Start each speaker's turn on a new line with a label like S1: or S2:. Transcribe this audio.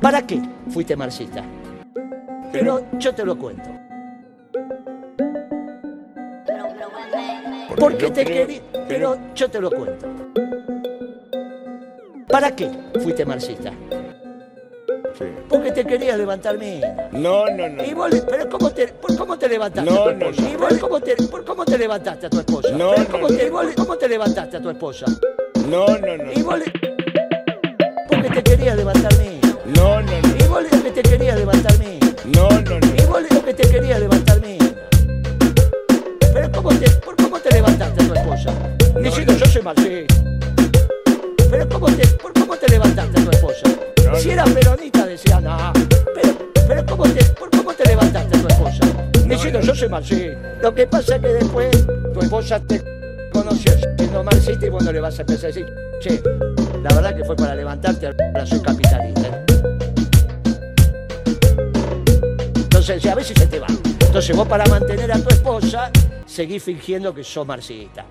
S1: ¿Para qué fuiste marxista? Pero yo te lo cuento. Porque te quería. Pero yo te lo cuento. ¿Para qué fuiste marxista?
S2: Sí.
S1: Porque te querías levantar mina.
S2: No, no, no.
S1: Y vos, le- pero ¿cómo te, por cómo te levantaste
S2: No,
S1: a tu
S2: no,
S1: esposa?
S2: no.
S1: ¿Y vos cómo te, por cómo te levantaste a tu esposa?
S2: No,
S1: Pero
S2: no,
S1: ¿cómo,
S2: no.
S1: te, y vos le- ¿Cómo te levantaste a tu esposa?
S2: No, no, no.
S1: Y vos le- Porque te querías levantar mina.
S2: No, no, no.
S1: Y vos le- porque te querías levantar mina.
S2: No, no, no.
S1: Y vos le- porque te querías levantar mina. Pero ¿cómo te, por cómo te levantaste a tu esposa? Diciendo yo soy marxista. Pero ¿cómo te, por cómo te levantaste a tu esposa?
S2: No,
S1: Si
S2: no.
S1: eras peronista decía nada. Pero, pero ¿cómo te, por cómo te levantaste a tu esposa? Diciendo
S2: no.
S1: yo soy marxista. Lo que pasa es que después tu esposa te conoció siendo marxista y vos no le vas a empezar a decir, che, la verdad que fue para levantarte, ahora soy capitalista. Entonces, sí, a veces se te va. Entonces, vos para mantener a tu esposa, seguís fingiendo que sos marxista.